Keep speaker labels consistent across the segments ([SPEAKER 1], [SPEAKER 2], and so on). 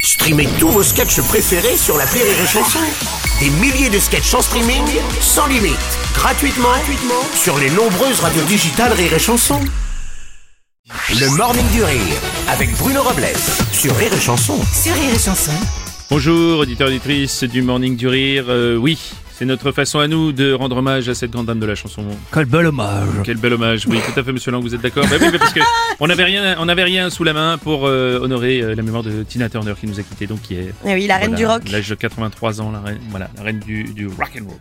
[SPEAKER 1] Streamez tous vos sketchs préférés sur la Rire et Chanson. Des milliers de sketchs en streaming, sans limite, gratuitement, gratuitement sur les nombreuses radios digitales Rire et Chanson. Le Morning du Rire avec Bruno Robles sur Rire et Chanson.
[SPEAKER 2] sur Rire et Chanson.
[SPEAKER 3] Bonjour, auditeurs auditrices du Morning du Rire. Euh, oui, c'est notre façon à nous de rendre hommage à cette grande dame de la chanson.
[SPEAKER 4] Quel bel hommage
[SPEAKER 3] Quel bel hommage. Oui, tout à fait, monsieur Lang, vous êtes d'accord Bah oui, bah parce que on n'avait rien, on avait rien sous la main pour euh, honorer euh, la mémoire de Tina Turner qui nous a quittés, donc qui est.
[SPEAKER 2] Eh oui, la reine du
[SPEAKER 3] voilà,
[SPEAKER 2] rock.
[SPEAKER 3] L'âge de 83 ans, la reine, voilà, la reine du, du rock and roll.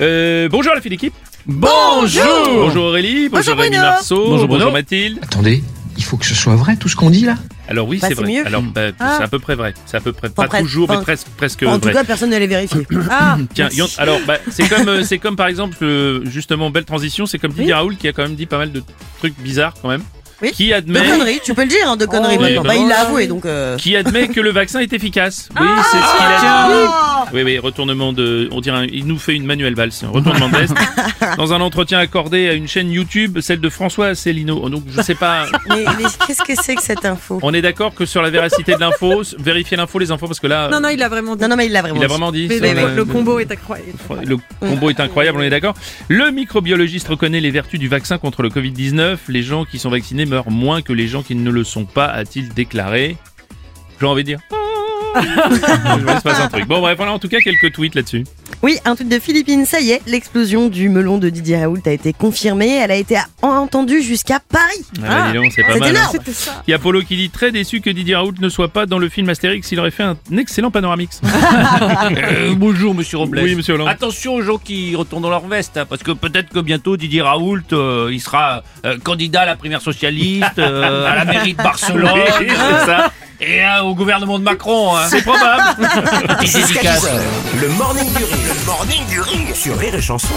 [SPEAKER 3] Euh, bonjour à la fille d'équipe.
[SPEAKER 4] Bonjour
[SPEAKER 3] Bonjour Aurélie. Bonjour, Rémi
[SPEAKER 2] Bruno.
[SPEAKER 3] Marceau.
[SPEAKER 4] Bonjour Bruno.
[SPEAKER 3] bonjour Mathilde.
[SPEAKER 5] Attendez, il faut que ce soit vrai tout ce qu'on dit là
[SPEAKER 3] Alors oui,
[SPEAKER 2] Bah,
[SPEAKER 3] c'est
[SPEAKER 2] c'est
[SPEAKER 3] vrai.
[SPEAKER 2] mieux.
[SPEAKER 3] Alors bah,
[SPEAKER 2] Ah.
[SPEAKER 3] c'est à peu près vrai. C'est à peu près pas
[SPEAKER 2] presque,
[SPEAKER 3] toujours,
[SPEAKER 2] pas-
[SPEAKER 3] mais presque, presque
[SPEAKER 2] en
[SPEAKER 3] vrai.
[SPEAKER 2] tout cas, personne n'allait vérifier. Ah
[SPEAKER 3] Tiens, Yon- alors bah, c'est comme euh, c'est comme par exemple euh, justement belle transition, c'est comme Didier Raoul qui a quand même dit pas mal de trucs bizarres quand même,
[SPEAKER 2] Oui.
[SPEAKER 3] qui
[SPEAKER 2] De
[SPEAKER 3] admet
[SPEAKER 2] conneries, tu peux le dire, hein, de conneries
[SPEAKER 3] oui,
[SPEAKER 2] maintenant.
[SPEAKER 3] bah
[SPEAKER 2] Bah, il
[SPEAKER 3] voilà.
[SPEAKER 2] l'a avoué, donc... euh,
[SPEAKER 3] qui admet que le vaccin est efficace.
[SPEAKER 6] Ah,
[SPEAKER 3] Oui, c'est ce qu'il a dit.
[SPEAKER 2] Oh
[SPEAKER 3] Oui, oui, retournement de. On dirait. un- il nous fait une Manuel Valls, un retournement de veste. Dans un entretien accordé à une chaîne YouTube, celle de François Asselineau. Oh, Donc, je sais pas.
[SPEAKER 2] mais, mais qu'est-ce que c'est que cette info
[SPEAKER 3] On est d'accord que sur la véracité de l'info, s- vérifiez l'info, les infos, parce que là.
[SPEAKER 6] Non, non, il l'a vraiment dit.
[SPEAKER 2] Non, non, mais il l'a vraiment
[SPEAKER 3] il a
[SPEAKER 2] dit.
[SPEAKER 3] vraiment dit.
[SPEAKER 6] Mais
[SPEAKER 3] ça,
[SPEAKER 6] le-
[SPEAKER 3] euh,
[SPEAKER 6] le combo est incroyable.
[SPEAKER 3] Le combo est incroyable, on est d'accord. Le microbiologiste reconnaît les vertus du vaccin contre le Covid-19. Les gens qui sont vaccinés meurent moins que les gens qui ne le sont pas, a-t-il déclaré. J'ai envie de dire. Ah Je vois, il se passe un truc. Bon, bref, voilà en tout cas quelques tweets là-dessus.
[SPEAKER 2] Oui, un tweet de Philippines, ça y est, l'explosion du melon de Didier Raoult a été confirmée, elle a été a- entendue jusqu'à Paris.
[SPEAKER 3] Ah, bah, dis donc, c'est pas
[SPEAKER 2] c'est
[SPEAKER 3] mal. hein.
[SPEAKER 2] énorme.
[SPEAKER 6] C'était ça.
[SPEAKER 3] Il y a Polo qui dit très déçu que Didier Raoult ne soit pas dans le film Astérix, il aurait fait un excellent panoramix.
[SPEAKER 4] Euh, Bonjour monsieur Robles.
[SPEAKER 3] Oui, monsieur Hollande.
[SPEAKER 4] Attention aux gens qui retournent dans leur veste, hein, parce que peut-être que bientôt Didier Raoult, euh, il sera euh, candidat à la primaire socialiste, euh, à la mairie de Barcelone, et euh, au gouvernement de Macron. hein.
[SPEAKER 3] C'est probable.
[SPEAKER 4] Petite
[SPEAKER 1] Jusqu'à
[SPEAKER 4] dédicace.
[SPEAKER 1] 10h, le Morning du Rire, le Morning du Rire sur Rire et Chanson.